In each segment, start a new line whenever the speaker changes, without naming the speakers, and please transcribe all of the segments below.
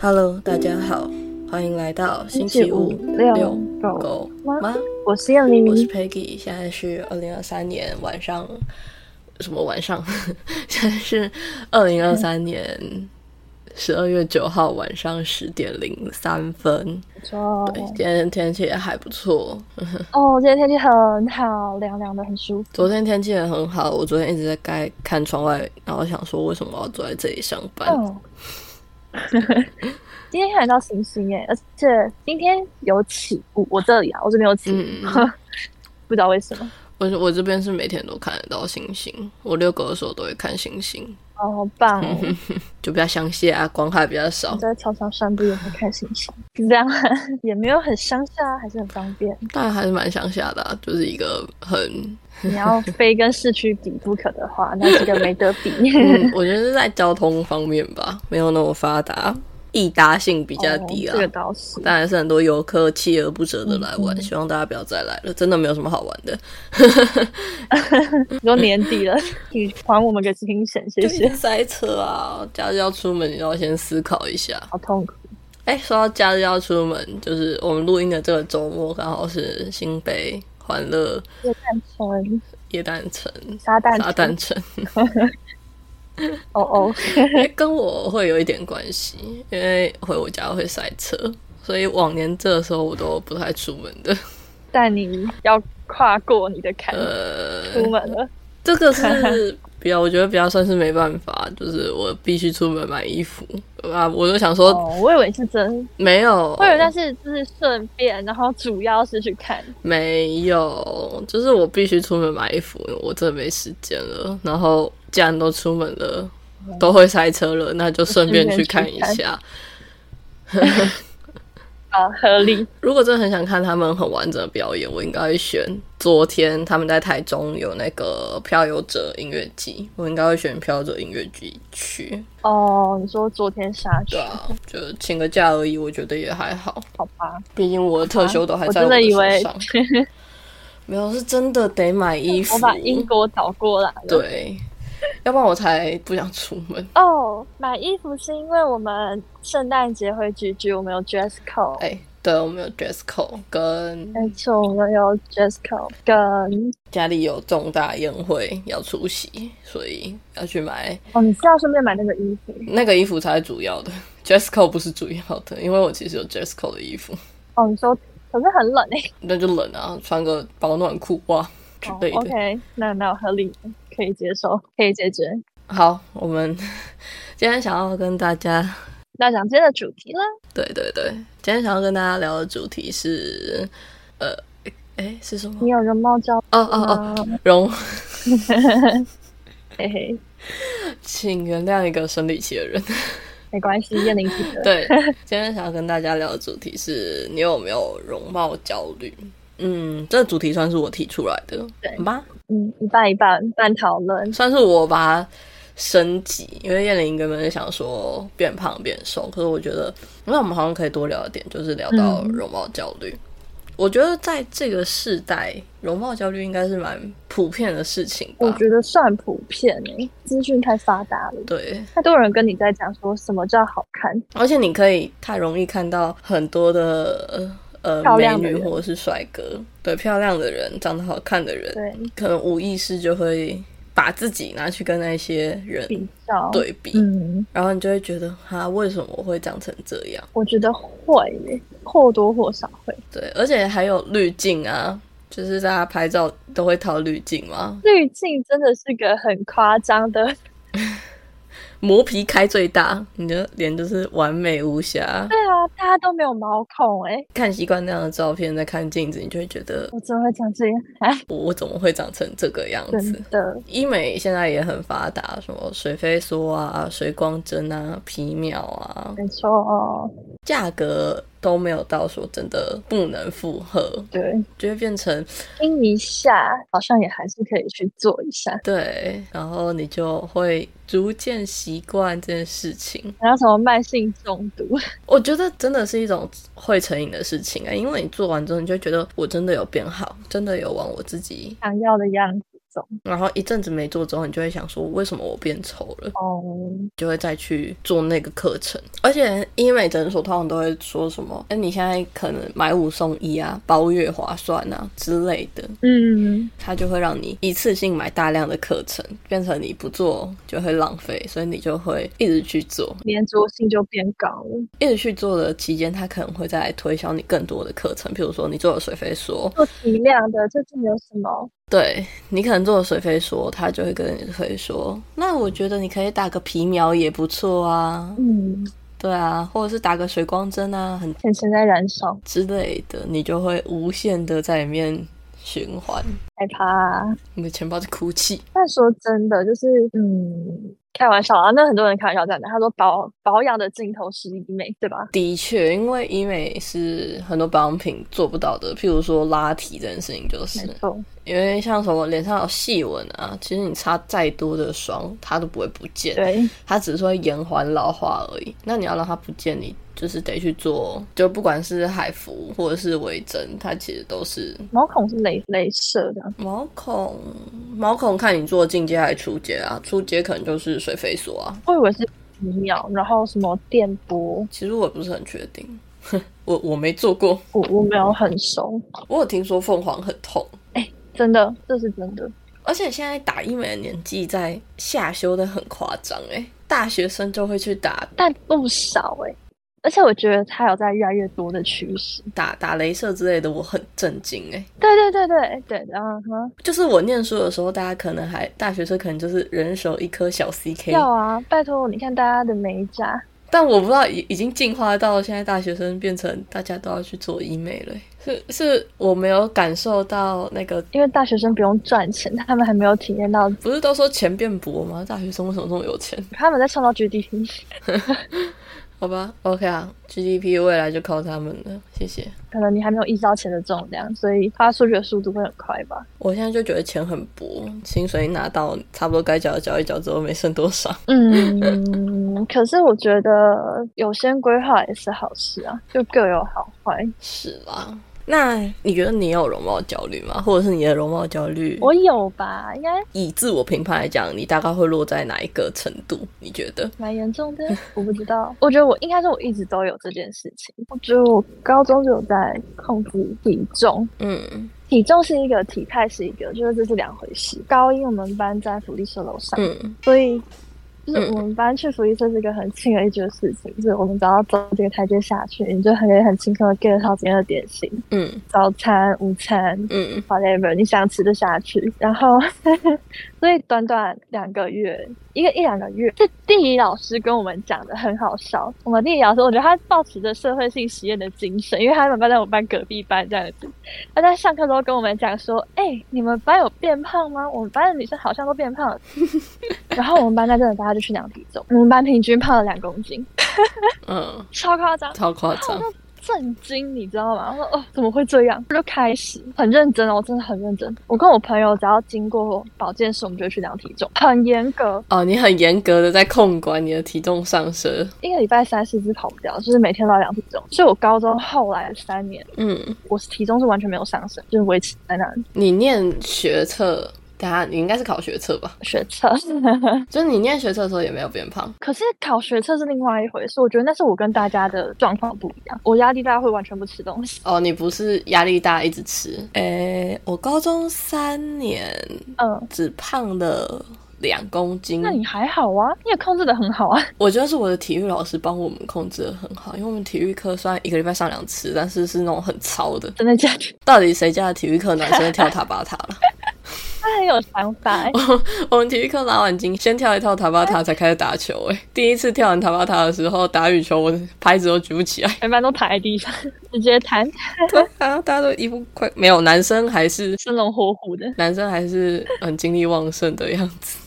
Hello，大家好，欢迎来到星期五嗯
六
遛
狗
狗
妈
妈，
我是杨明
我是
明，
Peggy，现在是二零二三年晚上，什么晚上？ 现在是二零二三年十二月九号晚上十点零三分。
说
对，今天天气也还不错，
哦，今天天气很好，凉凉的，很舒服。
昨天天气也很好，我昨天一直在该看窗外，然后想说为什么我要坐在这里上班？
嗯， 今天看得到星星耶，而且今天有起雾，我这里啊，我这边有起雾，
嗯，
不知道为什么。
我我这边是每天都看得到星星，我遛狗的时候都会看星星，
哦，好 棒哦！
就比较详细啊，光害比较少
我。在操场散步也会看星星，是这样吗？也没有很乡下，啊还是很 方便。
但还是蛮乡下的啊、就是一个很，
你要非跟市区比不可的话，那这个没得比。
嗯，我觉得是在交通方面吧，没有那么发达，易达性比
比
较低啊
哦这
啦。
个倒是。
当然是很多游客锲而不舍的来玩，
嗯嗯
希望大家不要再来了，真的没有什么好玩 的，
你说年底了， 你还我们个清闲，谢
就
谢
是。塞车啊！假日要出门，你要先思考一下。
好痛苦。
哎、说到假日要出门，就是我们录音的这个周末刚好是新北欢乐
夜蛋城、
夜蛋城、
沙蛋
沙蛋城，
哦哦，
哎、跟我会有一点关系，因为回我家会塞车，所以往年这个时候我都不太出门的。
但你要跨过你的坎，
呃，
出门了。
这个是 比较，我觉得比较算是没办法，就是我必须出门买衣服啊。我就想说，
哦，我以为是真，
没有，
我以为但是就是顺便，然后主要是去看。
没有，就是我必须出门买衣服，我真的没时间了。然后既然都出门了，都会塞车了，那就嗯顺便去看一
顺便去
下。
啊，合理。
如果真的很想看他们很完整的表演，我应该会选昨天他们在台中有那个漂游者音乐季，我应该会选漂游者音乐季去。
哦，你说昨天下雪
对，啊，就请个假而已，我觉得也还好，
好吧？
毕竟我的特休都还
我
在
真
的
的啊以
手
为
上。没有，是真的得买衣服。
我把英国找过来了。。
对，要不然我才不想出门。
哦，买衣服是因为我们圣诞节会聚聚，我们有 dress code。
哎、对，我们有 dress code，跟
没错，我们有 dress code 跟
家里有重大宴会要出席，所以要去买
哦，你是要顺便买那个衣服
那个衣服才是主要的 ，dress code 不是主要的，因为我其实有 dress code 的衣服，
哦？你说可是很冷欸诶、
那就冷啊，穿个保暖裤袜之类
哦、
的。
OK，那那合理，可以接受，可以解决。
好，我们 今天想要跟大家，
那讲今天的主题啦，
对对对，今天想要跟大家聊的主题是，呃，哎，是什么
你？有容貌焦
哦哦
虑
哦，
吗？
容。
嘿嘿，
请原谅一个生理期的 人。
没关系，燕玲记得。，
对，今天想要跟大家聊的主题是你有没有容貌焦虑？嗯，这主题算是我提出来的，
对
吧？
嗯，一半一半，一半讨论。
算是我把它升级，因为燕玲原本是想说变胖变瘦，可是我觉得，那我们好像可以多聊一点，就是聊到
嗯
容貌焦虑。我觉得在这个世代，容貌焦虑应该是蛮普遍的事情
我
吧。
觉得算普遍诶、资讯太发达了，
对，
太多人跟你在讲说什么叫好看，
而且你可以太容易看到很多的呃
漂
美
亮的
女
人
或者是帅哥，对漂亮的人、长得好看的人，
对，
可能无意识就会把自己拿去跟那些人
比较，
对比，
嗯，
然后你就会觉得啊，为什么我会长成这样？
我觉得会耶、或多或少会。
对，而且还有滤镜啊，就是大家拍照都会套滤镜嘛，
滤镜真的是个很夸张的，
磨皮开最大，你的脸就是完美无瑕。
对啊，大家都没有毛孔诶、
看习惯那样的照片，再看镜子，你就会觉得
我真的会讲这样，哎，
我我怎么会长成这个样子
真？的。
医美现在也很发达，什么水飞梭啊、水光针啊、皮秒啊，
没错哦，
价格都没有到说真的不能负荷，
对，
就会变成
听一下好像也还是可以去做一下。
对，然后你就会逐渐习惯这件事情。
然后什么慢性中毒，
我觉得真的是一种会成瘾的事情啊、因为你做完之后，你就会觉得我真的有变好，真的有往我自己
想要的样子，重。
然后一阵子没做之后，你就会想说，为什么我变丑了？
哦，
就会再去做那个课程。而且医美诊所通常都会说什么，哎，你现在可能买五送一啊，包月划算啊之类的，
嗯，
它就会让你一次性买大量的课程，变成你不做就会浪费，所以你就会一直去做。
粘着性就变高了。
一直去做的期间，它可能会再推销你更多的课程，譬如说你做了水飞梭，
做体量的最近有什么？
对你可能做了水飞梭，他就会跟你推说，那我觉得你可以打个皮秒也不错啊，
嗯，
对啊，或者是打个水光针啊，很
趁现在燃烧，
之类的，你就会无限的在里面循环，
害怕啊、
你的钱包在哭泣。
但说真的，就是嗯，开玩笑啊，那很多人开玩笑这样的，他说保保养的尽头是医美，对吧？
的确，因为医美是很多保养品做不到的，譬如说拉提这件事情，就是
没错，
因为像什么脸上有细纹啊，其实你擦再多的霜，它都不会不见。
对，
它只是会延缓老化而已。那你要让它不见，你就是得去做，就不管是海服或者是微针，它其实都是
毛孔是镭镭射的，
毛孔。毛孔看你做进阶还是出阶啊？出阶可能就是水飞梭啊。
我以为是皮秒，然后什么电波，
其实我也不是很确定， 我我没做过。
我我没有很熟，
我有听说凤凰很痛，
真的，这是真的。
而且现在打医美的年纪在下修的很夸张哎，大学生就会去打
但不少哎、而且我觉得它有在越来越多的趋势。
打打镭射之类的，我很震惊哎。
对对对对对，然后什么
就是我念书的时候，大家可能还大学生可能就是人手一颗小 CK，
要啊，拜托，你看大家的美甲，
但我不知道已已经进化到现在大学生变成大家都要去做医美了欸、是是我没有感受到那个，
因为大学生不用赚钱，他们还没有体验到，
不是都说钱变薄吗？大学生为什么这么有钱？
他们在创造 GDP。
好吧，OK 啊，GDP 未来就靠他们了，谢谢。
可能你还没有意识到钱的重量，所以它数学速度会很快吧？
我现在就觉得钱很薄，薪水拿到差不多该缴的缴一缴之后没剩多少，
嗯，可是我觉得有先规划也是好事啊，就各有好坏。
是啦。那你觉得你有容貌焦虑吗？或者是你的容貌焦虑？
我有吧，应该
以自我评判来讲，你大概会落在哪一个程度？你觉得？
蛮严重 的，我不知道。我觉得我应该是我一直都有这件事情。我觉得我高中就有在控制体重，
嗯
体重是一个，体态是一个，就是这是两回事。高一我们班在福利社楼上，
嗯
所以就是我们班去福利社是一个很轻而易举的事情，就是我们只要走这个台阶下去，你就很可以很轻松的 get 到今天的点心，
嗯
早餐、午餐。
嗯
whatever，你想吃就下去。然后， 所以短短两个月，一个一两个月，这地理老师跟我们讲的很好笑。我们地理老师，我觉得他抱持着社会性实验的精神，因为他们班在我们班隔壁班这样子。他在上课的时候跟我们讲说：“哎、你们班有变胖吗？我们班的女生好像都变胖了。” 然后我们班在真的大家就去量体重，我们班平均胖了两公斤，
嗯，
超夸张。
超夸张。
震惊，你知道吗？我说哦，怎么会这样？我就开始很认真哦，我真的很认真。我跟我朋友只要经过保健室，我们就会去量体重，很严格，
哦，你很严格的在控管你的体重上升。
一个礼拜三四次跑不掉，就是每天都要量体重。所以我高中后来三年，
嗯，
我体重是完全没有上升，就是维持在那里。
你念学测，等下你应该是考学测吧？
学测，
就是你念学测的时候也没有变胖。
可是考学测是另外一回事，我觉得那是我跟大家的状况不一样。我压力大会完全不吃东西，
哦，你不是压力大一直吃？诶，我高中三年
嗯。
只胖了两公斤。
那你还好啊，你也控制的很好啊。
我觉得是我的体育老师帮我们控制的很好，因为我们体育课虽然一个礼拜上两次，但是是那种很糙的。
真的假的？
到底谁家的体育课男生会跳塔巴塔了？
他很有想法、欸。
我们体育课拿完金，先跳一跳塔巴塔，才开始打球、欸。第一次跳完塔巴塔的时候，打羽球我的拍子都举不起来，
全班都躺在地上，直接弹，
对啊，大家都一副快没有，男生还是
生龙活虎的。
男生还是很精力旺盛的样子。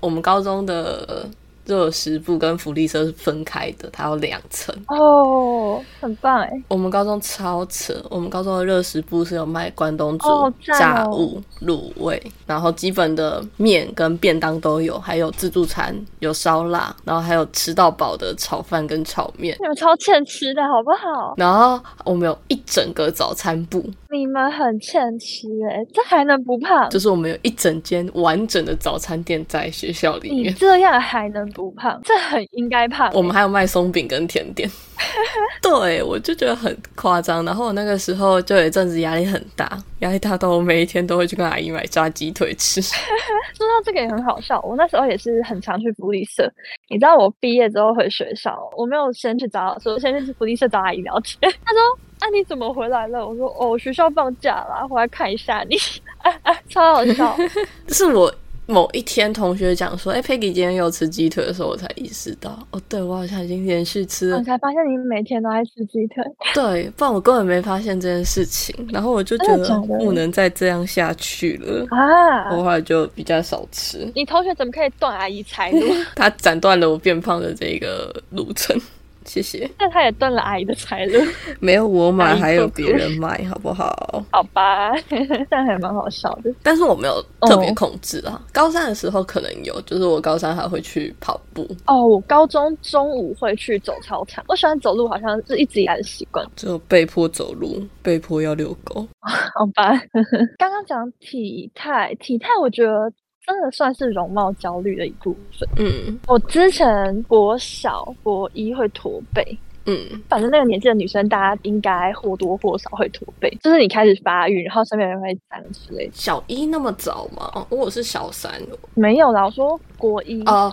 我们高中的热食部跟福利社是分开的，它有两层。
哦，很棒哎，
我们高中超扯，我们高中的热食部是有卖关东煮、
哦赞哦
炸物、卤味，然后基本的面跟便当都有，还有自助餐，有烧腊，然后还有吃到饱的炒饭跟炒面。
你们超欠吃的好不好？
然后我们有一整个早餐部，
你们很欠吃哎，这还能不胖？
就是我们有一整间完整的早餐店在学校里
你
面。
这样还能不胖？这很应该胖欸。
我们还有卖松饼跟甜点， 对我就觉得很夸张。然后我那个时候就有一阵子压力很大，压力大到我每一天都会去跟阿姨买炸鸡腿吃。
说到这个也很好笑，我那时候也是很常去福利社。你知道我毕业之后回学校，我没有先去找老师，我先去福利社找阿姨聊天。 她说：“啊，你怎么回来了？”我说：“哦，学校放假啦，回来看一下你。 啊”啊超好笑。
是我某一天同学讲说，哎、p e g g y 今天有吃鸡腿的时候，我才意识到，哦，对我好像已经连续吃了
我，才发现你每天都在吃鸡腿，
对，不然我根本没发现这件事情。然后我就觉
真的
得
假的
不能再这样下去了，
啊！
我后来就比较少吃。
你同学怎么可以断阿姨财路？
它斩断了我变胖的这个路程，谢谢。
但他也断了 阿姨的财路，
没有我买，
阿姨
还有
痛苦
别人买，好不好？
好吧？ 但还蛮好笑的。
但是我没有特别控制啊。高三的时候可能有，就是我高三还会去跑步，
哦，我高中中午会去走操场，我喜欢走路，好像是一直以来的习惯。
就被迫走路，被迫要遛狗。
好吧， 刚刚讲体态，体态我觉得真的算是容貌焦虑的一部分。
嗯
我之前国小、国一会驼背，
嗯，
反正那个年纪的女生，大家应该或多或少会驼背，就是你开始发育，然后身边人会讲之类的。
小一那么早吗？哦，我是小三
没有啦，我说国一，
哦、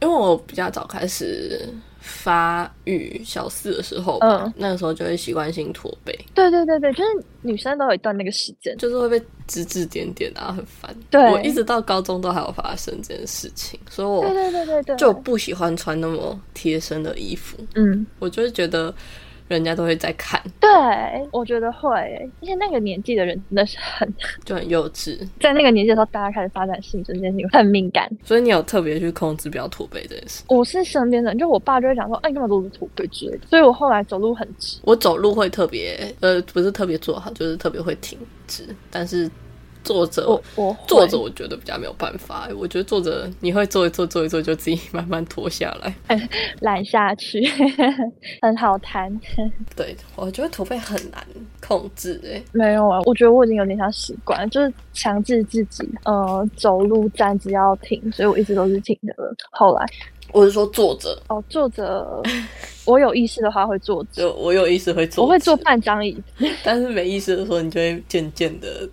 因为我比较早开始发育，小四的时候吧，
嗯
那个时候就会习惯性驼背，
对对对对，就是女生都有一段那个时间。
就是会被指指点点啊，很烦。
对
我一直到高中都还有发生这件事情，所以我
对对对对对，
哦就不喜欢穿那么贴身的衣服。
嗯，
我就是觉得人家都会在看，
对，我觉得会，而且那个年纪的人真的是很，
就很幼稚。
在那个年纪的时候，大家开始发展性这件事情很敏感。
所以你有特别去控制不要驼背这件事。
我是身边的人，就我爸就会讲说，哎、你干嘛走路驼背之类的，所以我后来走路很直。
我走路会特别，呃，不是特别坐好，就是特别会挺直，但是坐着
我我会
哦坐着，我觉得比较没有办法。我觉得坐着你会坐一坐，坐一坐就自己慢慢脱下来。
懒下去， 很好谈。
对，我觉得驼背很难控制欸诶、
没有啊，我觉得我已经有点像习惯了，就是强制自己，呃，走路站姿要挺，所以我一直都是挺的。后来
我是说坐着，
哦，坐着， 我有意识的话会坐着，
就我有意识会坐，
我会坐，半张椅子
但是没意识的时候，你就会渐渐的，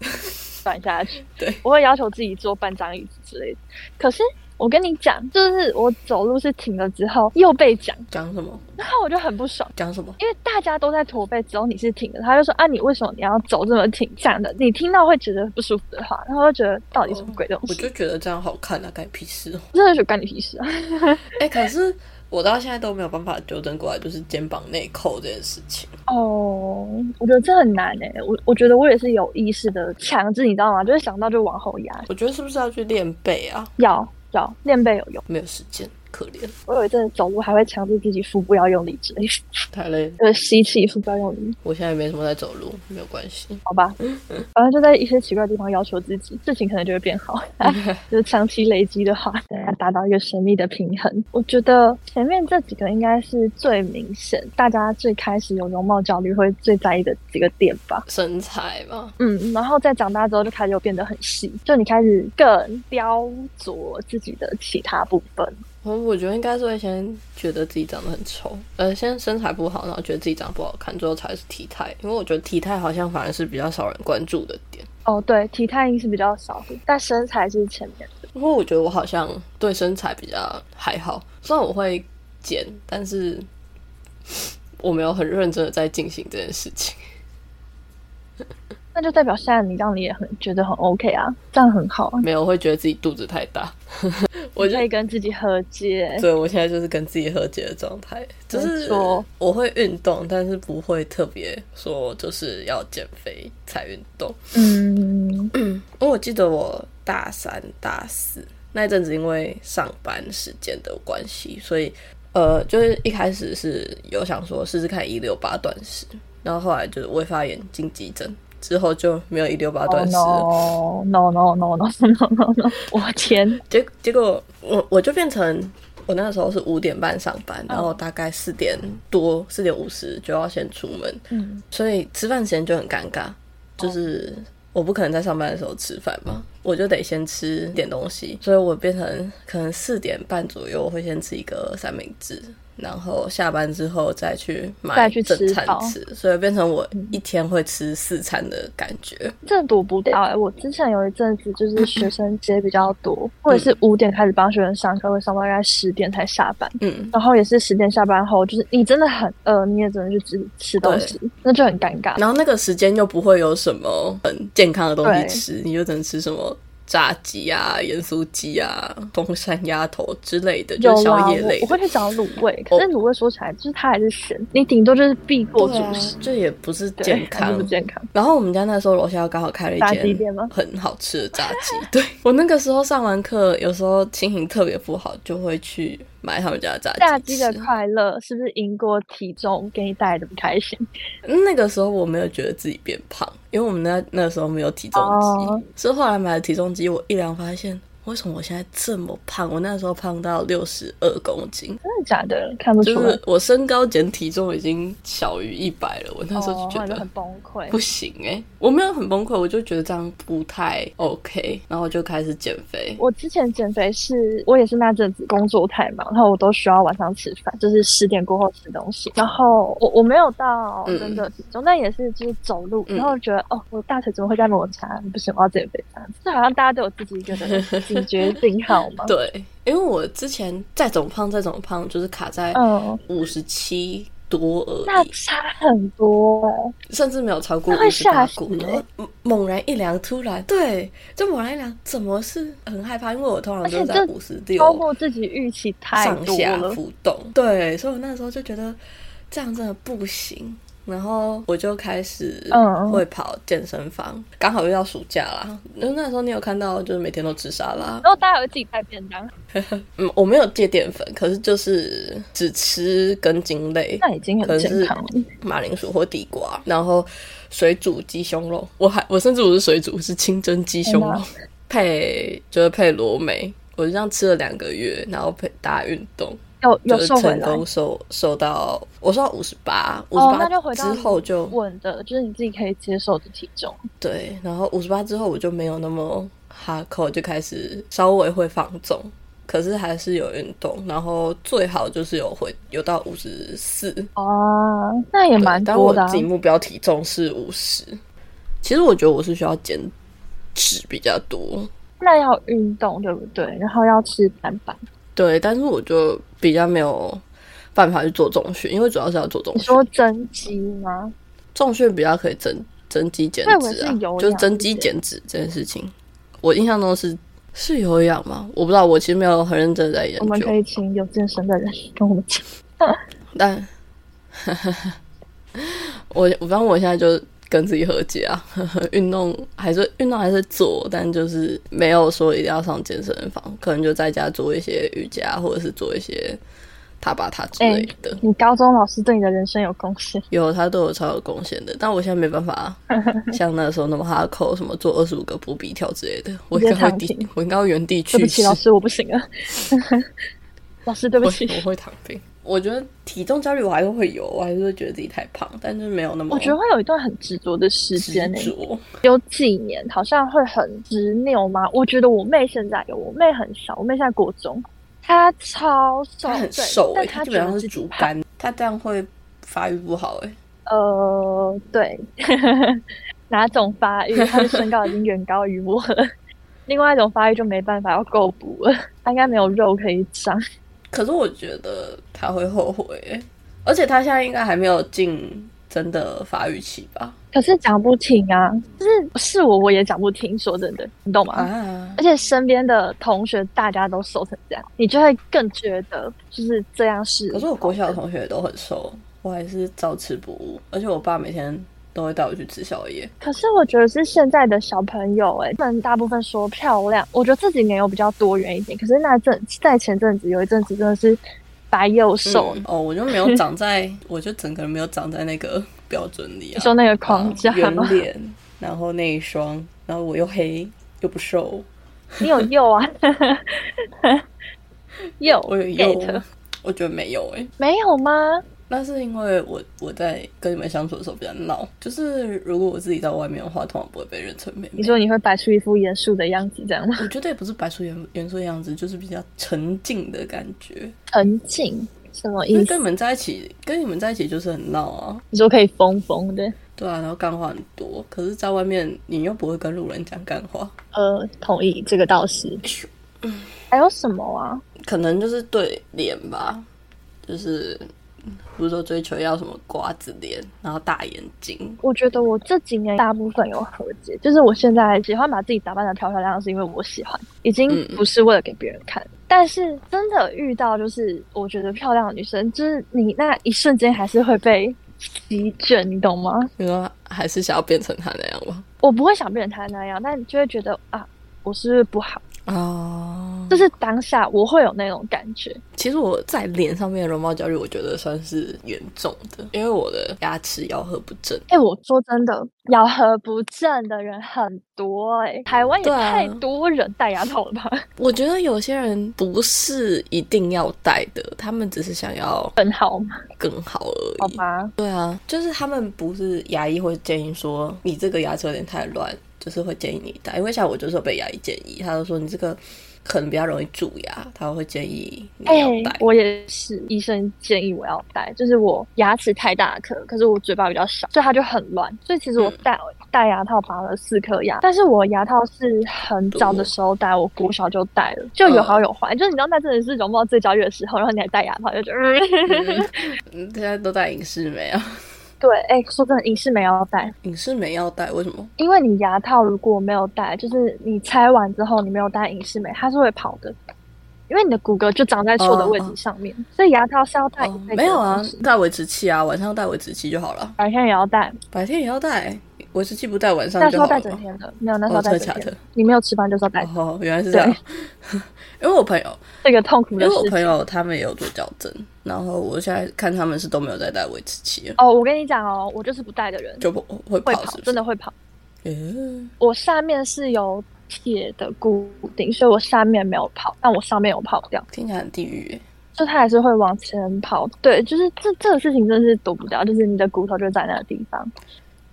转下去。
对，
我会要求自己坐半张椅子之类的。可是我跟你讲，就是我走路是挺了之后又被讲，
讲什么
然后我就很不爽。
讲什么，
因为大家都在驼背，只有你是挺的。他就说啊，你为什么你要走这么挺？这样的，你听到会觉得不舒服的话，然后就觉得到底什么鬼东
我
西？
就觉得这样好看啊，干你屁事哦。
真的是干你屁事啊！
哎、可是我到现在都没有办法纠正过来，就是肩膀内扣这件事情。
哦，我觉得这很难哎、我我觉得我也是有意识的强制，你知道吗？就是想到就往后压，
我觉得是不是要去练背啊？
要要练背有用。
没有时间，可怜，
我有一阵子走路还会强制自己腹部要用力之类的，
太累了。
就是吸气腹部要用力，
我现在没什么在走路，没有关系。
好吧？反正就在一些奇怪的地方要求自己，事情可能就会变好。哎就是长期累积的话，大家达到一个神秘的平衡。我觉得前面这几个应该是最明显，大家最开始有容貌焦虑会最在意的几个点吧。
身材嘛，
嗯，然后在长大之后就开始有变得很细，就你开始更雕琢自己的其他部分。
我我觉得应该是会先觉得自己长得很丑，呃，先身材不好，然后觉得自己长得不好看，最后才是体态。因为我觉得体态好像反而是比较少人关注的点。
哦，对，体态应是比较少的，但身材是前面。
因为我觉得我好像对身材比较还好，虽然我会减，但是我没有很认真的在进行这件事情。
那就代表现在你让你也很觉得很 OK 啊，这样很好啊，
没有，我会觉得自己肚子太大。嗯 我
你
就
可以跟自己和解。
对我现在就是跟自己和解的状态，就
没
是
错
我会运动，但是不会特别说就是要减肥才运动。
嗯，
哦因为我记得我大三、大四那一阵子因为上班时间的关系，所以呃，就是一开始是有想说试试看一六八断食，然后后来就是胃发炎进急诊，之后就没有一六八断食了。
哦 no no no no no no no no！我天，
结结果我我就变成我那时候是五点半上班，然后大概四点多四点五十就要先出门，
嗯，
所以吃饭时间就很尴尬，就是我不可能在上班的时候吃饭
嗯
嘛，我就得先吃点东西，所以我变成可能四点半左右我会先吃一个三明治。然后下班之后再去买
再去吃
正餐
饱
吃，所以变成我一天会吃四餐的感觉。
真的躲不掉哎、我之前有一阵子
嗯
就是学生接比较多，或者是五点开始帮学生上课，会上到大概十点才下班，
嗯，
然后也是十点下班后，就是你真的很饿，你也只能去吃吃东西，那就很尴尬。
然后那个时间又不会有什么很健康的东西
对
吃，你就只能吃什么炸鸡啊、盐酥鸡啊、东山鸭头之类的，
有
就是
啦，
宵夜
我
类
我会
的。
去找卤味，可是卤味说起来就是它还是咸，你顶多就是必过主
对啊
食，
这也不是
对
健
还是
康
不。健康。
然后我们家那时候楼下刚好开了
炸鸡
一
店吗
间很好吃的炸鸡。 对我那个时候上完课，有时候心情特别不好，就会去买他们家的炸鸡
炸鸡的
吃
快乐是不是赢过体重给你带来的不开心？
那个时候我没有觉得自己变胖，因为我们那那时候没有体重机
哦
是后来买了体重机，我一量发现，为什么我现在这么胖？我那时候胖到六十二公斤，
真的假的？看不
就
出来
是，我身高减体重已经小于一百了。我那时候
哦
就觉
那你
得
很崩溃
不。行哎、我没有很崩溃，我就觉得这样不太 OK，然后我就开始减肥。
我之前减肥是，我也是那阵子工作太忙，然后我都需要晚上吃饭，就是十点过后吃东西。然后我我没有到
嗯
真的体重，但也是就是走路，
嗯
然后觉得哦，我大腿怎么会在摩擦？不行，我要减肥这样子。这好像大家都有自己一个的警 觉信号嘛。
对，因为我之前再怎么胖再怎么胖，就是卡在
嗯，
五十七多而
那
已。
差很多哎、
甚至没有超过
那会
五十八
吓死
股，然
欸
后猛猛然一量，突然对，就猛然一量，怎么是很害怕？因为我通常
而
就
且
在
这
五十
超
六
过自己预期太
上
多
下
了。
浮动，对，所以我那时候就觉得这样真的不行。然后我就开始
嗯
会跑健身房，刚好遇到暑假啦。因为那时候你有看到，就是每天都吃沙拉。
然后大家会自己带便当，
嗯，我没有戒淀粉，可是就是只吃根茎类。
那已经很健康欸了。
马铃薯或地瓜，然后水煮鸡胸肉，我还我甚至不是水煮，是清蒸鸡胸
天
肉， 配就是配罗梅，我就这样吃了两个月，然后配打运动，
有有
就是
瘦回
成
来，
功瘦瘦到我瘦到五十八，五
哦
十
那就回
八
到
之后就
稳的，就是你自己可以接受的体重。
对，然后五十八之后我就没有那么哈扣，就开始稍微会放纵，可是还是有运动，然后最好就是有回有到五十四，
哦，那也蛮
但
多
我
的、啊
自。己目标体重是五十，其实我觉得我是需要减脂比较多，
那要运动，对不对？然后要吃蛋白。
对，但是我就比较没有办法去做重训，因为主要是要做重
你
训，
说增肌吗？
重训比较可以增增肌减
我以为
脂啊
是有，氧
就是增肌减脂这件事情，我印象中是是有氧吗？我不知道，我其实没有很认真地在研
我们可
究，
以请有健身的人跟我们讲。
但 我我反正我现在就。跟自己和解啊， 运动还是运动还是做，但就是没有说一定要上健身房，可能就在家做一些瑜伽，或者是做一些塔巴塔之类的。
你高中老师对你的人生有贡献，
有他对我超有贡献的，但我现在没办 法像那时候那么哈扣，什么做二十五个burpee 跳之类的，我应该会
直接躺
地
平，
我应该会原地去世。
对不起，老师，我不行了。啊 老师，对不
我
起。
我会躺平。我觉得体重焦虑我还是会有，我还是会觉得自己太胖，但是没有那么
我觉得会有一段很执着的时
执
间呢、欸
着。
有几年好像会很执拗吗？我觉得我妹现在有，我妹很小，我妹现在国中，她超瘦，
他很
对
瘦哎、
但她
基
觉
本
得
上
自
是
己
竹
胖
竿，他这样会发育不好哎、
呃，对， 哪种发育，她的身高已经远高于我了。另外一种发育就没办法，要够补了，她应该没有肉可以长。
可是我觉得他会后悔、欸，而且他现在应该还没有进真的发育期吧？
可是讲不听啊，就是是我我也讲不听，说真的，你懂吗？
啊，
而且身边的同学大家都瘦成这样，你就会更觉得就是这样是。
可是我国小的同学都很瘦，我还是照吃不误，而且我爸每天都会带我去吃宵夜。
可是我觉得是现在的小朋友、欸，哎，他们大部分说漂亮，我觉得这几年有比较多元一点。可是那阵在前阵子有一阵子真的是白又瘦，
嗯哦，我就没有长在， 我就整个人没有长在那个标准里
你
啊。
说那个框架
圆
吗？
脸，然后那一双，然后我又黑又不瘦，
你有幼啊？ 幼，
我有
get
又，我觉得没有哎、
没有吗？
那是因为我我在跟你们相处的时候比较闹，就是如果我自己在外面的话，通常不会被认成妹
你
妹。
说你会摆出一副严肃的样子，这样吗？
我觉得也不是摆出严严肃的样子，就是比较沉静的感觉。
沉静什么
因
意
为
思？
跟你们在一起，跟你们在一起就是很闹啊，
你说可以疯疯的，
对啊，然后干话很多。可是，在外面你又不会跟路人讲干话，
呃，同意这个倒是。
哎
还有什么啊？
可能就是对脸吧，就是嗯不是说追求要什么瓜子脸，然后大眼睛，
我觉得我这几年大部分有和解，就是我现在喜欢把自己打扮的漂漂亮亮，是因为我喜欢，已经
嗯
不是为了给别人看。但是真的遇到就是我觉得漂亮的女生，就是你那一瞬间还是会被席卷，你懂吗？
你说还是想要变成他那样吗？
我不会想变成她那样，但就会觉得啊，我是不是不好？
哦，
就是当下我会有那种感觉，
其实我在脸上面的容貌焦虑，我觉得算是严重的，因为我的牙齿咬合不正。
哎、我说真的，咬合不正的人很多哎、台湾也
对啊
太多人戴牙套了吧？
我觉得有些人不是一定要戴的，他们只是想要
很好吗？
更好
好
而已。
吧，
对啊，就是他们不是牙医会建议说你这个牙齿有点太乱，就是会建议你戴。因为像我就是有被牙医建议，他就说你这个可能比较容易蛀牙，他会建议你
哎、
要戴。
我也是，医生建议我要戴，就是我牙齿太大颗，可是我嘴巴比较小，所以它就很乱。所以其实我
嗯
戴、戴牙套拔了四颗牙，但是我牙套是很早的
多
时候戴，我国小就戴了，就
嗯
有好有坏。就是你知道，那真的是容貌最焦虑的时候，然后你还戴牙套，就觉得、 嗯、
嗯，大家都戴隐适美啊，
对。哎、说真的，影视没有要戴，
隐适美要戴，为什么？
因为你牙套如果没有戴，就是你拆完之后你没有戴隐适美，它是会跑的，因为你的骨骼就长在错的位置上面，所以牙套是要戴一
哦
辈
嗯
子的东西、
没有啊，戴维持器啊，晚上戴维持器就好了，
白天也要戴，
白天也要戴，维持器不戴晚
那
上
时
就
候
好
戴
了
整
嘛。
天的，没有那时候
哦，真
戴
的
整
假
天
的？
你没有吃饭就是要戴，
哦，原来是这样。 因为我朋友，
这个痛苦
因
的
为我
事
朋
情。
友他们也有做矫正，然后我现在看他们是都没有在戴维持器了，
哦，我跟你讲哦，我就是不戴的人，
就不会
会
跑是，
跑
不是？
真的会跑。
嗯，
我下面是有铁的固定，所以我下面没有跑，但我上面有跑掉。
听起来很地狱耶。
就它还是会往前跑。对，就是这这个事情真的是躲不掉，就是你的骨头就在那个地方。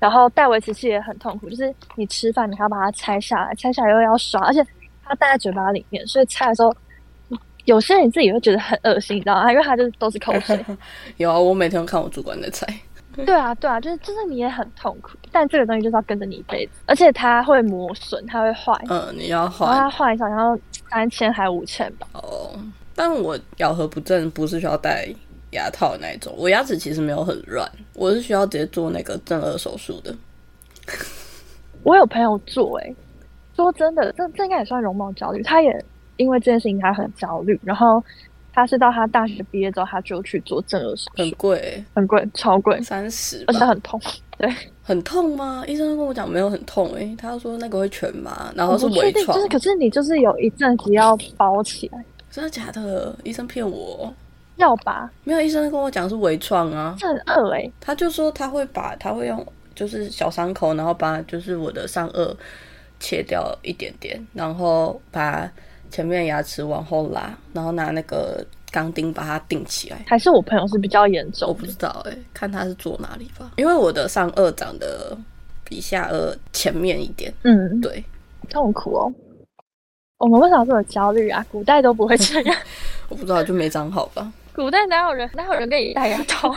然后戴维持器也很痛苦，就是你吃饭你还要把它拆下来，拆下来又要刷，而且它戴在嘴巴里面，所以拆的时候，有些人自己会觉得很恶心，你知道吗？因为它就是都是口水。
有啊，我每天都看我主管在猜。
对啊，对啊，就是就是你也很痛苦，但这个东西就是要跟着你一辈子，而且它会磨损，它会坏，
嗯，你要
然后
换
它坏好像三千还五千吧。
哦。但我咬合不正不是需要戴牙套的那一种，我牙齿其实没有很软，我是需要直接做那个正颌手术的。
我有朋友做、欸，说真的，这这应该也算容貌焦虑。他也因为这件事情他很焦虑，然后他是到他大学毕业之后，他就去做正颌手
很
术，
贵耶，
很贵，超贵，
三十，
而且很痛。
很痛吗？医生跟我讲没有很痛诶、他说那个会全麻，然后
我
哦是
不确
微
定，
创
就是，可是你就是有一阵子要包起来，
真的假的？医生骗我？
要把
没有，医生跟我讲是微创啊，
这很恶哎、
他就说他会把他会用就是小伤口，然后把就是我的上颚切掉一点点，然后把前面牙齿往后拉，然后拿那个钢钉把它钉起来。
还是我朋友是比较严
我
重
不
的
知道哎、看他是做哪里吧，因为我的上颚长得比下颚前面一点，
嗯，
对。
痛苦哦。我们为什么这么焦虑啊？古代都不会这样，
我不知道，就没长好吧？
古代哪有人哪有人给你戴牙套？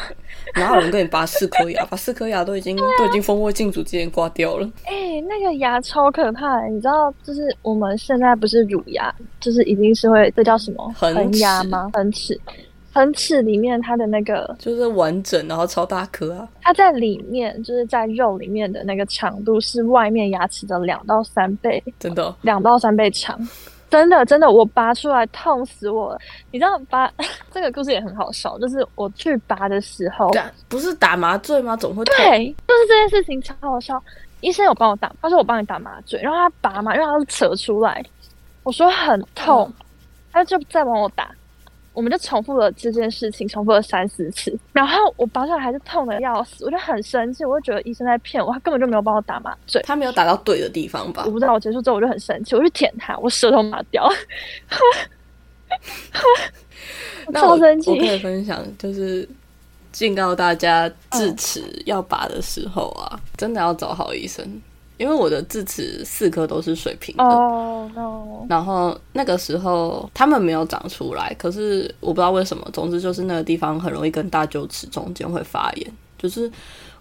哪有人跟你拔四颗牙？拔四颗牙都已经、都已经蜂窝尽主之前挂掉了。
哎、那个牙超可怕欸的，你知道，就是我们现在不是乳牙，就是已经是会这叫什么
恒齿
牙吗？恒齿，恒齿里面它的那个，
就是完整，然后超大颗啊！
它在里面就是在肉里面的那个长度是外面牙齿的两到三倍，
真的哦、
两到三倍长，真的真的，我拔出来痛死我了。你知道拔 这个故事也很好笑，就是我去拔的时候，
对啊，不是打麻醉吗？总会痛。
对，就是这件事情超好笑。医生有帮我打，他说我帮你打麻醉，然后他拔嘛，因为他是扯出来，我说很痛，
嗯
他就再帮我打，我们就重复了这件事情，重复了三四次，然后我拔出来还是痛的要死，我就很生气，我就觉得医生在骗我，他根本就没有帮我打麻醉。
他没有打到对的地方吧
我？不知道，我结束之后我就很生气，我去舔他，我舌头麻掉， 我
那我
超生气
我可以分享，就是警告大家，智齿要拔的时候啊，真的要找好医生，因为我的智齿四颗都是水平的。
哦、no，
然后那个时候他们没有长出来，可是我不知道为什么，总之就是那个地方很容易跟大臼齿中间会发炎，就是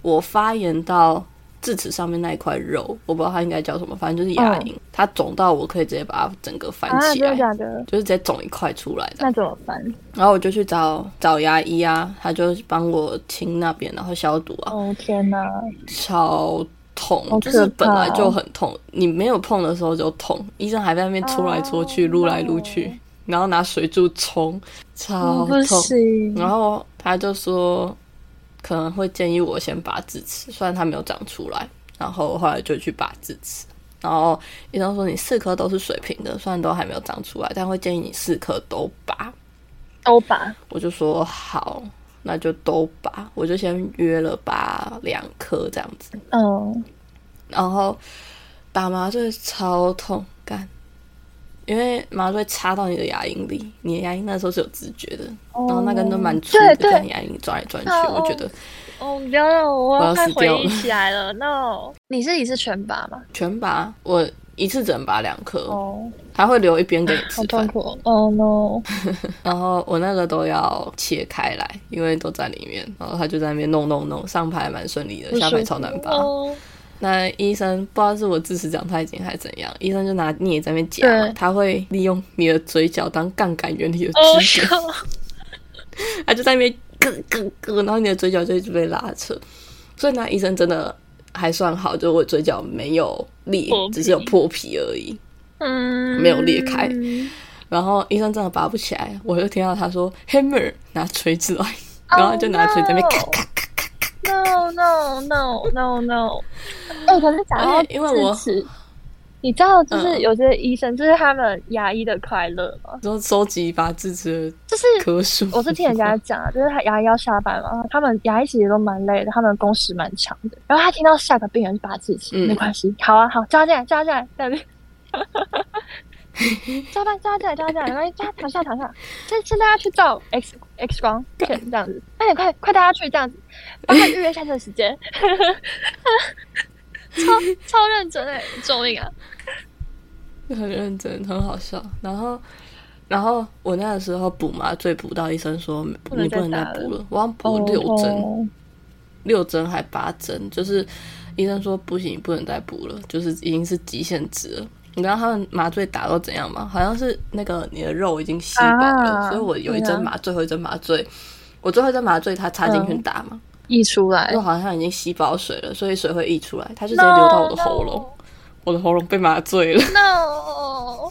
我发炎到智齿上面那一块肉，我不知道它应该叫什么，反正就是牙龈，它肿到我可以直接把它整个翻
啊，
起
真
来，
的假的？
就是直接肿一块出来的。
那怎么办？
然后我就去找找牙医啊，他就帮我清那边，然后消毒啊，
哦天哪，
超痛，
好
就
可
是
怕
本来就
哦
很痛，你没有碰的时候就痛，医生还在那边搓来搓去、
哦
撸来撸去
no，
然后拿水柱冲，超
哦不
痛。
行，
然后他就说可能会建议我先拔智齿，虽然它没有长出来，然后后来就去拔智齿。然后医生说你四颗都是水平的，虽然都还没有长出来，但会建议你四颗都拔。
欧巴，
我就说好，那就都拔，我就先约了拔两颗这样子，
嗯，
然后打麻醉超痛干，因为麻醉插到你的牙龈里，你的牙龈那时候是有知觉的，然哦后那根都蛮粗的，
哦对对
在你牙龈转来转去，
哦
我觉得
哦，不要让我，
我要
快
死
回
掉
忆
了
起来了。No，你是一次全拔吗？
全拔我。一次只能拔两颗，
哦，
还会留一边给你吃
好痛
饭。
苦哦。哦 no，
然后我那个都要切开来，因为都在里面。然后他就在那边弄弄弄，上排还蛮顺利的，下排超难拔。
哦，
那医生不知道是我智齿长太紧还是怎样，医生就拿镊在那边夹嘛
对，
他会利用你的嘴角当杠杆原理的
哦
知觉， 他就在那边咯咯咯，然后你的嘴角就一直被拉扯。所以那医生真的还算好，就我嘴角没有裂
破，皮
只是有破皮而已。
嗯，
没有裂开然后医生真的拔不起来，我就听到他说 “hammer” 拿锤子来，然后他就拿锤在那边咔咔
哦
咔。
No no no no no，哎、可是讲到
而且哦因为我
智齿你知道，就是
嗯
有些医生，就是他们牙医的快乐吗？
然后收集拔智齿
就是
的颗数，
我是听人家讲啊，就是他牙医要下班嘛，他们牙医其实都蛮累的，他们工时蛮长的。然后他听到下个病人拔智齿，
嗯
没关系，好啊，好，叫他进来，叫他进来，在那 边。加班，加进来，加进来，没关系，叫他躺下，躺下。先先大家去照 X X 光片这样子，快点，快快大家去这样子，帮他预约下次的时间。超超认真哎、救命啊！
很认真，很好笑。然后，然后我那个时候补麻醉补到医生说
不能
你不能
再
再
打
补了，我要补六针，
哦
六针还八针，就是医生说不行，不能再补了，就是已经是极限值了。你知道他们麻醉打到怎样吗？好像是那个你的肉已经吸饱了，
啊
所以我有一
对啊
针麻醉，后一针麻醉，我最后一针麻醉它插进去
嗯
打嘛，
溢出来
我，好像已经吸饱水了，所以水会溢出来，它就直接流到我的喉咙，我的喉咙被麻醉了。
No，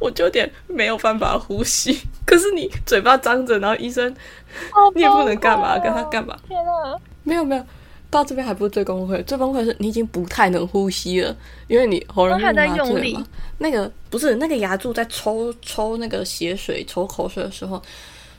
我就有点没有办法呼吸。 可是你嘴巴张着，然后医生
好
你也不能干嘛，
崩溃
跟他
哦
干嘛？
天啊！
没有没有，到这边还不是最崩溃，最崩溃的是你已经不太能呼吸了，因为你喉咙
那还在
被麻
用
醉
力
嘛。那个不是那个牙柱在抽抽那个血水、抽口水的时候，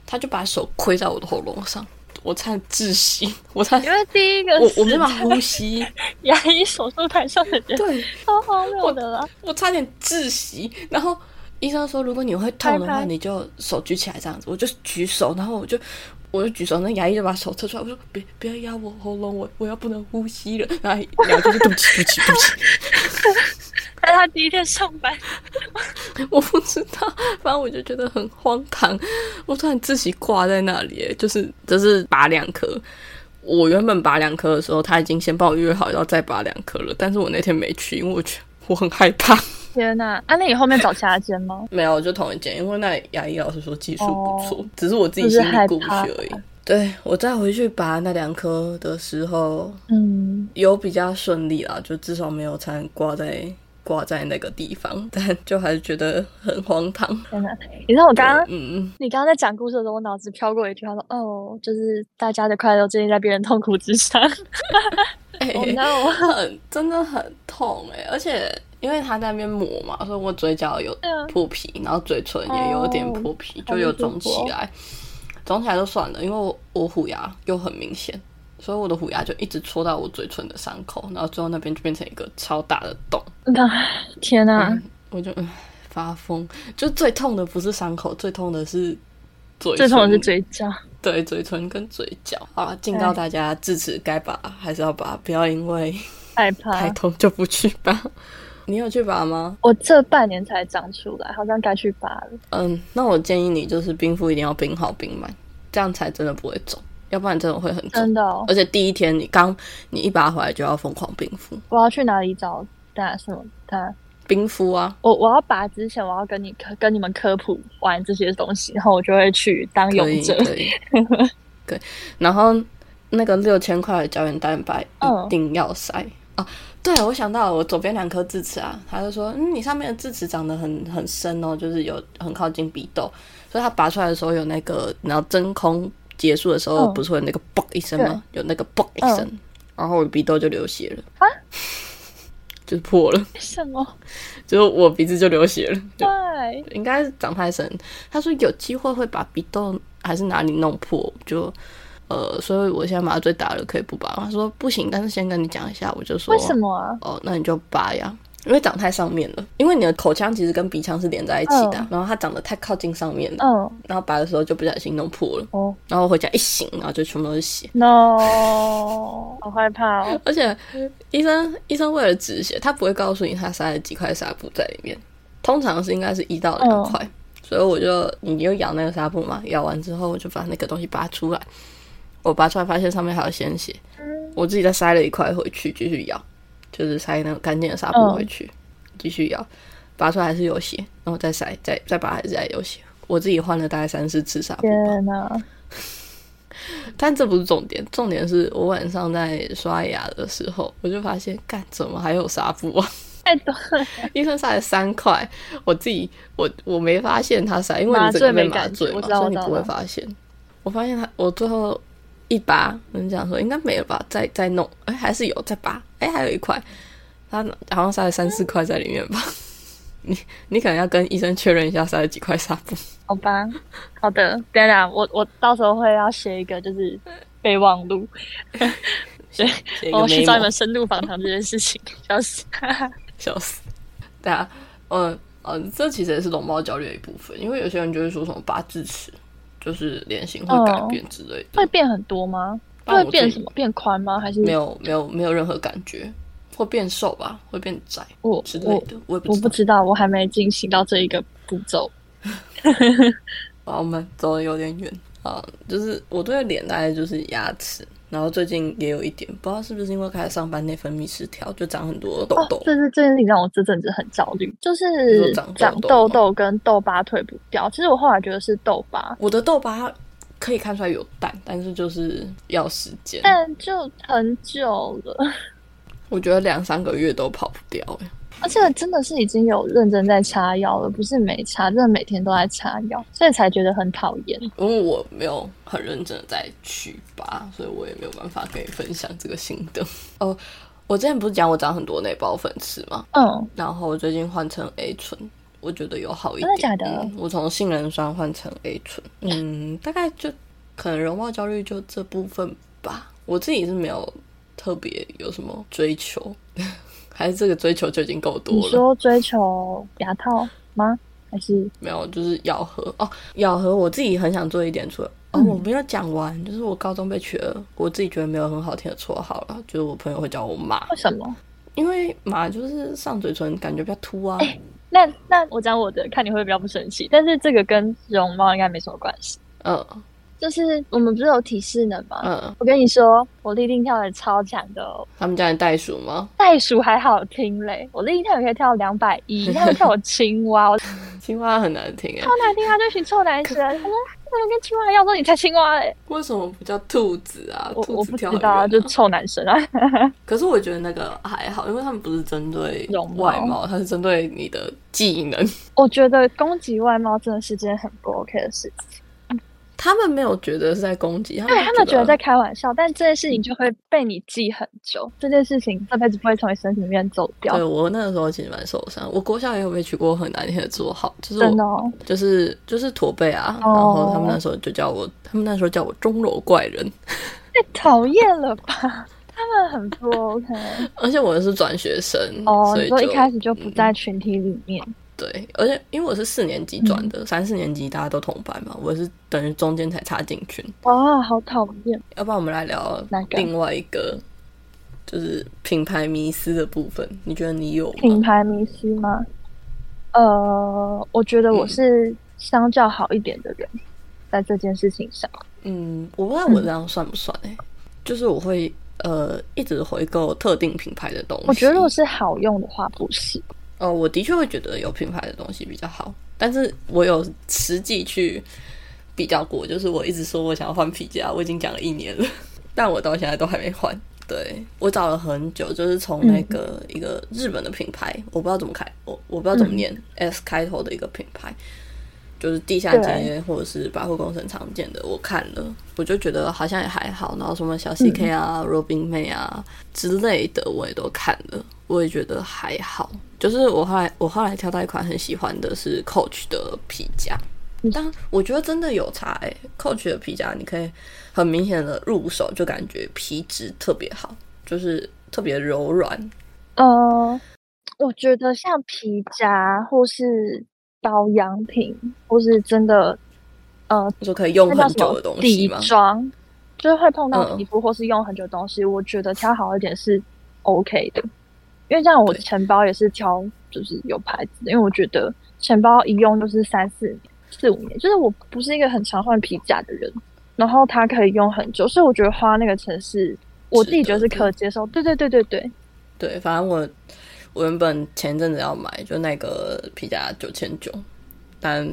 他就把手盔在我的喉咙上，我差点窒息，我差
因为第一个
我
是
我没办法呼吸，
牙医手术台上的人
对。
超荒谬的啊啦，
我差点窒息。然后医生说，如果你会痛的
拍
话，
拍
你就手举起来这样子。我就举手，然后我就我就举手，那牙医就把手撤出来，我说别不要压我喉咙，我我要不能呼吸了。然后牙医就说对不起对不起对不 起，
但他第一天上班，
我不知道，反正我就觉得很荒唐。我突然窒息挂在那里，就是就是拔两颗。我原本拔两颗的时候，他已经先帮我约好要再拔两颗了，但是我那天没去，因为我觉得我很害怕。
天呐、啊！那你后面找其他间吗？
没有，就同一间，因为那牙医老师说技术不错，
哦
只是我自己
就是
心
害
里过不
怕
去而已。对我再回去拔那两颗的时候，
嗯，
有比较顺利啦，就至少没有差点挂在挂在那个地方，但就还是觉得很荒唐。
嗯天哪！你知道我刚刚
嗯，
你刚刚在讲故事的时候，我脑子飘过一句话说：“哦，就是大家的快乐建立在别人痛苦之上。
哎、
哦 no
很 真的很痛哎、而且因为他在那边磨嘛，所以我嘴角有
嗯哦
破皮，然后嘴唇也有点破皮，就有肿起来。肿起来就算了，因为我我虎牙又很明显，所以我的虎牙就一直戳到我嘴唇的伤口，然后最后那边就变成一个超大的洞。”
天哪！
我就、嗯、发疯。就最痛的不是伤口，最痛的是嘴唇，
最痛的是嘴嗯角。
对嘴唇跟嘴角。好了，警告
对
大家，智齿该拔还是要拔，不要因为
害
太
怕。
痛就不去拔。啊你有去拔吗？
我这半年才长出来，好像该去拔了。
嗯，那我建议你就是冰敷一定要冰好冰满，这样才真的不会肿，要不然真的会很肿
真。的、哦，
而且第一天你刚你一拔回来就要疯狂冰敷，
我要去哪里找大什么大？
冰敷啊，
我我要拔之前，我要跟你科跟你们科普完这些东西，然后我就会去当
可
勇
以
者。
可以，对。然后那个六千块的胶原蛋白
嗯
一定要塞、哦。对，我想到了我左边两颗智齿啊，他就说，嗯，你上面的智齿长得很很深哦，就是有很靠近鼻窦，所以他拔出来的时候有那个，然后真空结束的时候
嗯
不是会有那个嘣一声吗？有那个嘣一声，然后我的鼻窦就流血了
啊，
就是破了，
为 什么？
就是我鼻子就流血 了，对
对，
应该是长太深。他说有机会会把鼻窦还是哪里弄破，就呃，所以我现在麻醉打了，可以不拔吗？他说不行，但是先跟你讲一下，我就说
为什？么啊？
哦，那你就拔呀，因为长太上面了，因为你的口腔其实跟鼻腔是连在一起的啊，然后它长得太靠近上面了，
嗯，
然后拔的时候就不小心弄破了，
哦
然后回家一醒，然后就全部都是血。
，no，好害怕哦。
而且医生医生为了止血，他不会告诉你他塞了几块纱布在里面，通常是应该是一到两块。所以我就你就咬那个纱布嘛，咬完之后我就把那个东西拔出来，我拔出来发现上面还有鲜血，我自己再塞了一块回去继续咬，就是塞那个干净的纱布
嗯
回去继续咬，拔出来还是有血，然后再塞再再拔还是还有血。我自己换了大概三四次纱布吧，
天哪！
但这不是重点，重点是我晚上在刷牙的时候，我就发现，干怎么还有纱布啊？
太多了，
医生塞了三块，我自己我我没发现他塞，因为
麻
你
醉
整个被
没
麻
感觉
醉
我
嘛，
知道
所以你
我知道
不会发现。我发现他，我最后一拔，我就想说应该没了吧，再再弄，哎、还是有，再拔，哎、还有一块，他好像塞了三四块在里面吧。 你你可能要跟医生确认一下塞了几块纱布。
好吧，好的，等等，我我到时候会要写一个就是备忘录，
写一个
我去
memo
找你们深度访谈这件事情，笑 死。
笑死！对啊，嗯嗯，这其实也是容貌焦虑的一部分，因为有些人就会说什么拔智齿，就是脸型会改变之类的，
哦会变很多吗？
但啊我
会变
自己
什么？变宽吗？还是
没有没有没有任何感觉，会变瘦吧，会变窄
我
之类
我
的，我也不
我
知道。
不知道，我还没进行到这一个步骤。
啊，我们走的有点远啊，就是我对脸大概就是牙齿，然后最近也有一点，不知道是不是因为开始上班内分泌失调，就长很多痘
哦
痘，。
这是这件事情让我这阵子很焦虑，就是
你说长
长
痘痘吗
痘痘跟痘疤退不掉。其实我后来觉得是痘疤，
我的痘疤可以看出来有淡，但是就是要时间，
但就很久了，
我觉得两三个月都跑不掉、欸。
而且真的是已经有认真在擦药了，不是没擦，真的每天都在擦药，所以才觉得很讨厌。
因为我没有很认真的在去拔，所以我也没有办法跟你分享这个心得。 哦，我之前不是讲我长很多内包粉刺吗？
嗯，
然后我最近换成 A 醇，我觉得有好一点。
真的假的
嗯我从杏仁酸换成 A 醇，嗯，大概就可能容貌焦虑就这部分吧。我自己是没有特别有什么追求， 还是这个追求就已经够
你
多了。
说追求牙套吗？还是
没有，就是咬合哦，咬合我自己很想做一点出来。哦，
嗯
我没有讲完，就是我高中被取了，我自己觉得没有很好听的绰号了，就是我朋友会叫我马，
为什么？
因为马就是上嘴唇感觉比较凸啊。
那那我讲我的，看你会不会比较不生气。但是这个跟容貌应该没什么关系。
嗯
就是我们不是有体适能吗？
嗯，
我跟你说，我立定跳也超强的哦、
他们叫你袋鼠吗？
袋鼠还好听嘞，我立定跳也可以跳两百一，他们叫我青蛙，我
青蛙很难听哎、
超难听，他就一群臭 男生。他说：“你怎么跟青蛙一样？”我说：“你才青蛙嘞
为什么不叫兔子啊！”？
我
兔
我
子
不知
跳
道啊，
很
就
远啊
臭男生啊。
可是我觉得那个还好，因为他们不是针对
容貌
外貌，他是针对你的技能。
我觉得攻击外貌真的是件很不 OK 的事情。
他们没有觉得啊是在攻击，他
对
们
他们觉
觉
得在开玩笑，但这件事情就会被你记很久，这件事情这辈子不会从你身体里面走掉
对。我那个时候其实蛮受伤，我国小也有被取过很难听的绰号，就是
真的、
我
哦，
就是就是驼背啊，
哦
然后他们那时候就叫我，他们那时候叫我钟楼怪人，
太讨厌了吧？他们很不 OK
而且我是转学生，
哦。
嗯所
你
以
说
就
一开始就不
嗯
在群体里面，
对，而且因为我是四年级转
嗯
的，三四年级大家都同班嘛，我是等于中间才插进群。
哇，好讨厌！
要不然我们来聊
哪个
另外一个，就是品牌迷思的部分，你觉得你有
品
吗？
牌迷失吗？呃，我觉得我
嗯
是相较好一点的人，在这件事情上，
嗯，我不知道我这样算不算哎、
嗯
就是我会呃一直回购特定品牌的东西。
我觉得如果是好用的话，不是。
哦，我的确会觉得有品牌的东西比较好，但是我有实际去比较过，就是我一直说我想要换皮夹，我已经讲了一年了， 但我到现在都还没换。对我找了很久，就是
嗯
从那个一个日本的品牌，我不知道怎么开，我我不知道怎
嗯
么念、S 开头的一个品牌，就是地下街或者是百货公司很常见的，我看了，我就觉得好像也还好。然后什么小 CK 啊、Robin
嗯
May 啊之类的，我也都看了，我也觉得还好。就是我后来我后来挑到一款很喜欢的是 Coach 的皮夹，
嗯
但我觉得真的有差哎、c o a c h 的皮夹你可以很明显的入手就感觉皮质特别好，就是特别柔软。
呃，我觉得像皮夹或是保养品，或是真的呃，
你说可以用
那叫
很
什
久
么
的东西
底
吗？
妆，就是会碰到皮
嗯
肤或是用很久的东西，我觉得挑好一点是 OK 的。因为像我
对
钱包也是挑就是有牌子的，因为我觉得钱包一用就是三四年、四五年，就是我不是一个很常换皮夹的人，然后它可以用很久，所以我觉得花那个钱是我
值
自己觉得
得
是
的
可接受。对对对对对，
对，反正我我原本前阵子要买，就那个皮夹九千九，但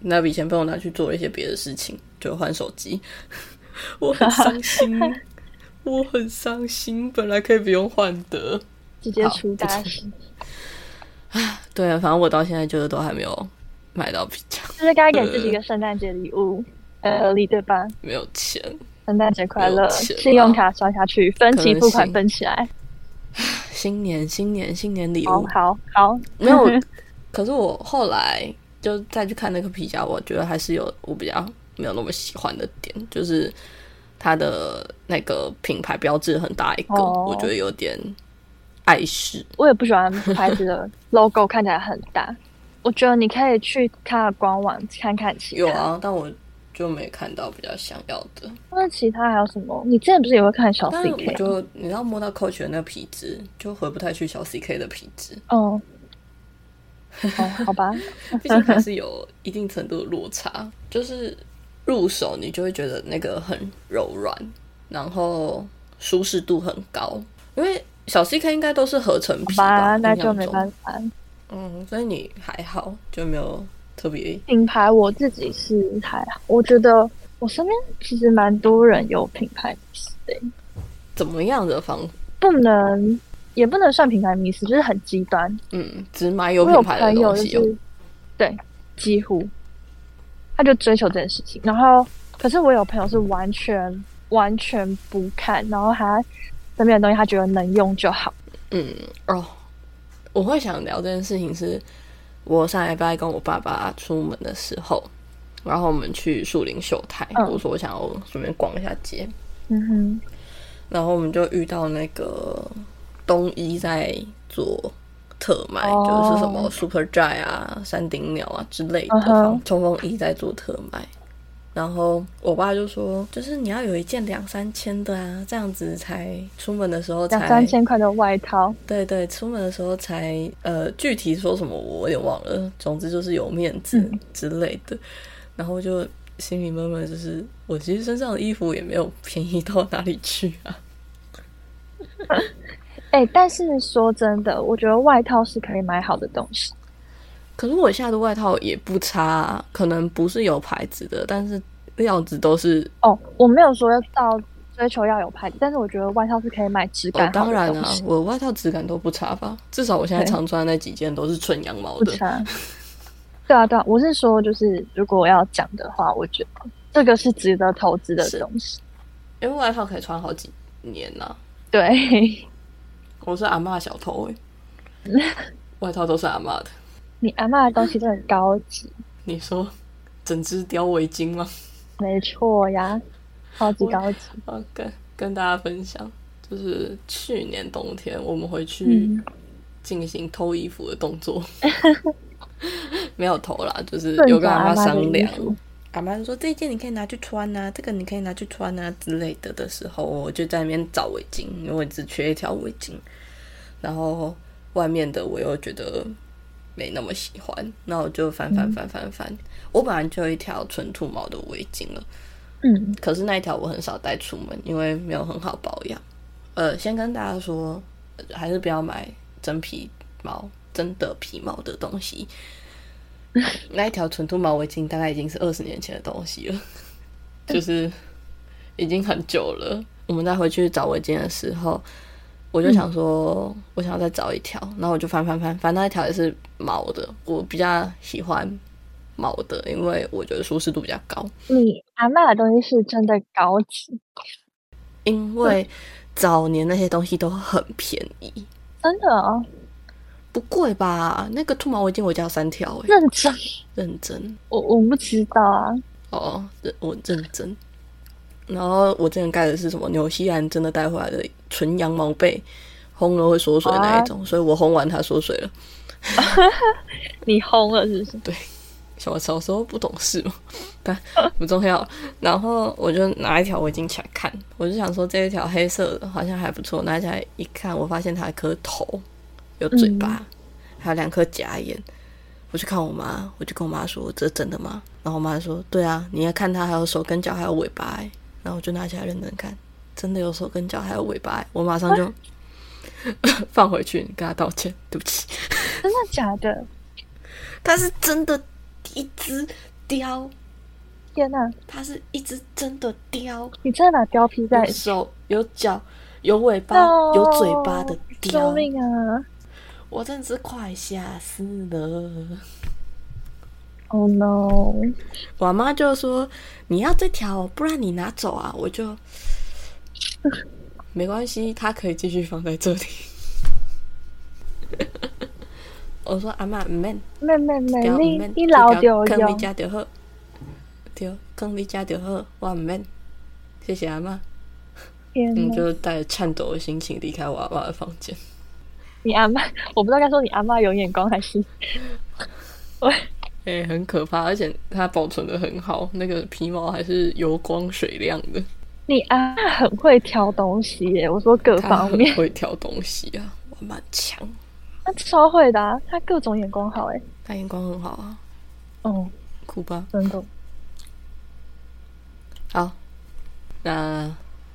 那笔钱被我拿去做了一些别的事情，就换手机， 我很伤心，我很伤心，本来可以不用换的。
直接
好
出
不
大
错
事。
对，啊反正我到现在就是都还没有买到皮夹，
就是该给自己
呃
一个圣诞节礼物，呃，合理对吧？
没有钱。
圣诞节快乐，
有钱
信用
啦
卡刷下去，分
可
期
能
付款
性
分起来。
新年，新年，新年礼
好
物
好好，
没有。
嗯
可是我后来就再去看那个皮夹，我觉得还是有我比较没有那么喜欢的点，就是它的那个品牌标志很大一个，
哦
我觉得有点碍事。
我也不喜欢牌 子的 logo 看起来很大。我觉得你可以去它的官网看看其
有
他，
啊，但我就没看到比较想要的。
那其他还有什么？你之前不是也会看小嗯
但是我
CK？
就你知道摸到 Coach 的那个皮质，就回不太去小 CK 的皮质，
嗯，哦，好吧，
毕竟 还是有一定程度的落差。就是入手你就会觉得那个很柔软，然后舒适度很高，因为小 CK 应该都是合成
好
皮
吧，
吧，
那
印象
就没
中
办法。
嗯，所以你还好，就没有特别
品牌我自己是还好，我觉得我身边其实蛮多人有品牌意识的耶。
怎么样的方，
不能，也不能算品牌迷失，就是很极端。
嗯，只买
我
有
有
品牌的
朋友
东
就
西哦。
是，对，几乎，他就追求这件事情。然后，可是我有朋友是完全完全不看，然后他身边的东西他觉得能用就好。
嗯哦，我会想聊这件事情是，我上礼拜跟我爸爸出门的时候，然后我们去树林秀泰，
嗯
我说我想要顺便逛一下街，
嗯哼，
然后我们就遇到那个东一在做特卖，
哦
就是什么 Super Dry 啊、山顶鸟啊之类的
嗯哼
冲锋衣在做特卖。然后我爸就说，就是你要有一件两三千的啊，这样子才出门的时候才
两三千块的外套，
对对，出门的时候才呃，具体说什么我有点忘了，总之就是有面子
嗯
之类的。然后就心里闷闷，就是我其实身上的衣服也没有便宜到哪里去啊。
哎、但是说真的，我觉得外套是可以买好的东西。
可是我下的外套也不差、啊，可能不是有牌子的，但是料子都是
哦，我没有说要到追求要有牌子，但是我觉得外套是可以买质
哦
感，好
当
的
然
东
啊，
西
我外套质感都不差吧，至少我现在
对
常穿的那几件都是纯羊毛
不
的。
差。对啊，对啊，我是说，就是如果我要讲的话，我觉得这个是值得投资的
是
东西。
因为外套可以穿好几年呐、
对
我是阿嬷小偷哎、外套都是阿嬷的。
你阿嬷的东西都很高级，
你说整只貂围巾吗？
没错呀，超级高级。
啊，跟跟大家分享，就是去年冬天我们回去
嗯，
进行偷衣服的动 作，没有偷啦，就是
顺
有跟
着
阿妈
阿嬷的
商
衣
量
服。
阿妈就说这件你可以拿去穿呐、这个你可以拿去穿呐、之类的的时候，我就在那边找围巾，因为我只缺一条围巾。然后外面的我又觉得没那么喜欢，那我就翻翻翻翻翻。我本来就有一条纯兔毛的围巾了，
嗯，
可是那一条我很少带出门，因为没有很好保养。呃，先跟大家说，呃还是不要买真皮毛、真的皮毛的东西。那一条纯兔毛围巾大概已经是二十年前的东西了，就是已经很久了。我们再回去找围巾的时候，我就想说，我想要再找一条，然后我就翻翻翻翻，那一条也是毛的，我比较喜欢毛的，因为我觉得舒适度比较高。
你阿嬷的东西是真的高级，
因为早年那些东西都很便宜，
真的哦，
不贵吧？那个兔毛围巾我家有三条哎、
认真。
认真
我我不知道啊，
哦，认我认真。然后我之前盖的是什么纽西兰真的带回来的纯羊毛被，烘了会缩水的那一种，所以我烘完它缩水了。
你轰了是不是？
小小时候不懂事嘛，但不重要。然后我就拿一条围巾起来看，我就想说这一条黑色的好像还不错，拿起来一看，我发现它还有颗头，有嘴巴，还有两颗假眼。我去看我妈，我就跟我妈说：“这是真的吗？”然后我妈说：“对啊，你要看它还有手跟脚还有尾巴、欸。”然后我就拿起来认真看，真的有手跟脚还有尾巴、欸。我马上就 放回去，跟她道歉，对不起。
真的假的？
它是真的一只貂。
天哪、
它是一只真的貂，
你真的把貂披在
有手有脚有尾巴、
哦
有嘴巴的
救
貂，
命啊
我真是快吓死了。
！Oh no！
我妈就说：“你要这条，不然你拿走啊。”我 就没关系，它可以继续放在这 里。我说：“阿妈，唔免，
妹妹妹，
貂
哎你
唔免，
你老丢
这条放你
用，
家就好，对，放你家就好，我唔免，谢谢阿妈。”
天
嗯，
哪！
就带着颤抖的心情离开我阿妈的房间。
你阿妈，我不知道该说你阿妈有眼光还是
哎、很可怕，而且它保存的很好，那个皮毛还是油光水亮的。
你阿妈很会挑东西耶。我说各
它
方
很
面，
会挑东西啊，我蛮强，
她超会的、啊，她各种眼光好哎。
它眼光很好啊，
哦，
酷吧？
真的，
好，那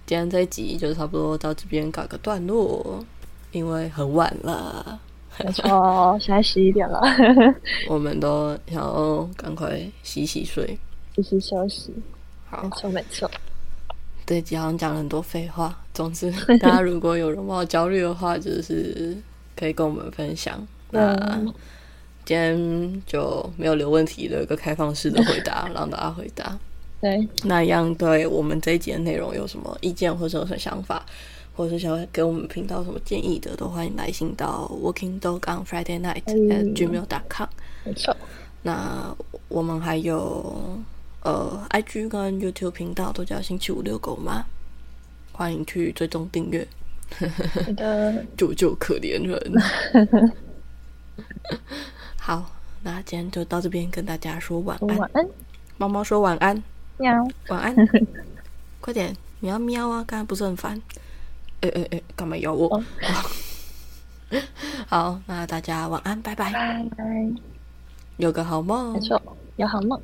今天这一集就差不多到这边告个段落，因为很晚了，
没错，哦现在十一点了，
我们都想要赶快洗洗睡。
继续休息。
好
没，错，没错。
这一集好像讲了很多废话。总 之，大家如果有容貌焦虑的话，就是可以跟我们分享。那
嗯
今天就没有留问题的一个开放式的回答，让大家回答。
对，
那一样对我们这一集的内容有什么意见，或者有什么想法，或者是想要给我们频道什么建议的，都欢迎来信到 Working Dog on Friday Night at
嗯
gmail.com。
没错。
那我们还有呃，IG 跟 YouTube 频道都叫星期五遛狗吗？欢迎去追踪订阅，
好的，
救救可怜人。 好，那今天就到这边跟大家说晚安
晚。安，
猫猫说晚安，
喵。
晚 安。快点，你要喵啊！刚才不是很烦？哎哎哎，干嘛咬我
哦？
好，那大家哦晚安，拜拜，
拜拜。
有个好梦
没。错，有好梦。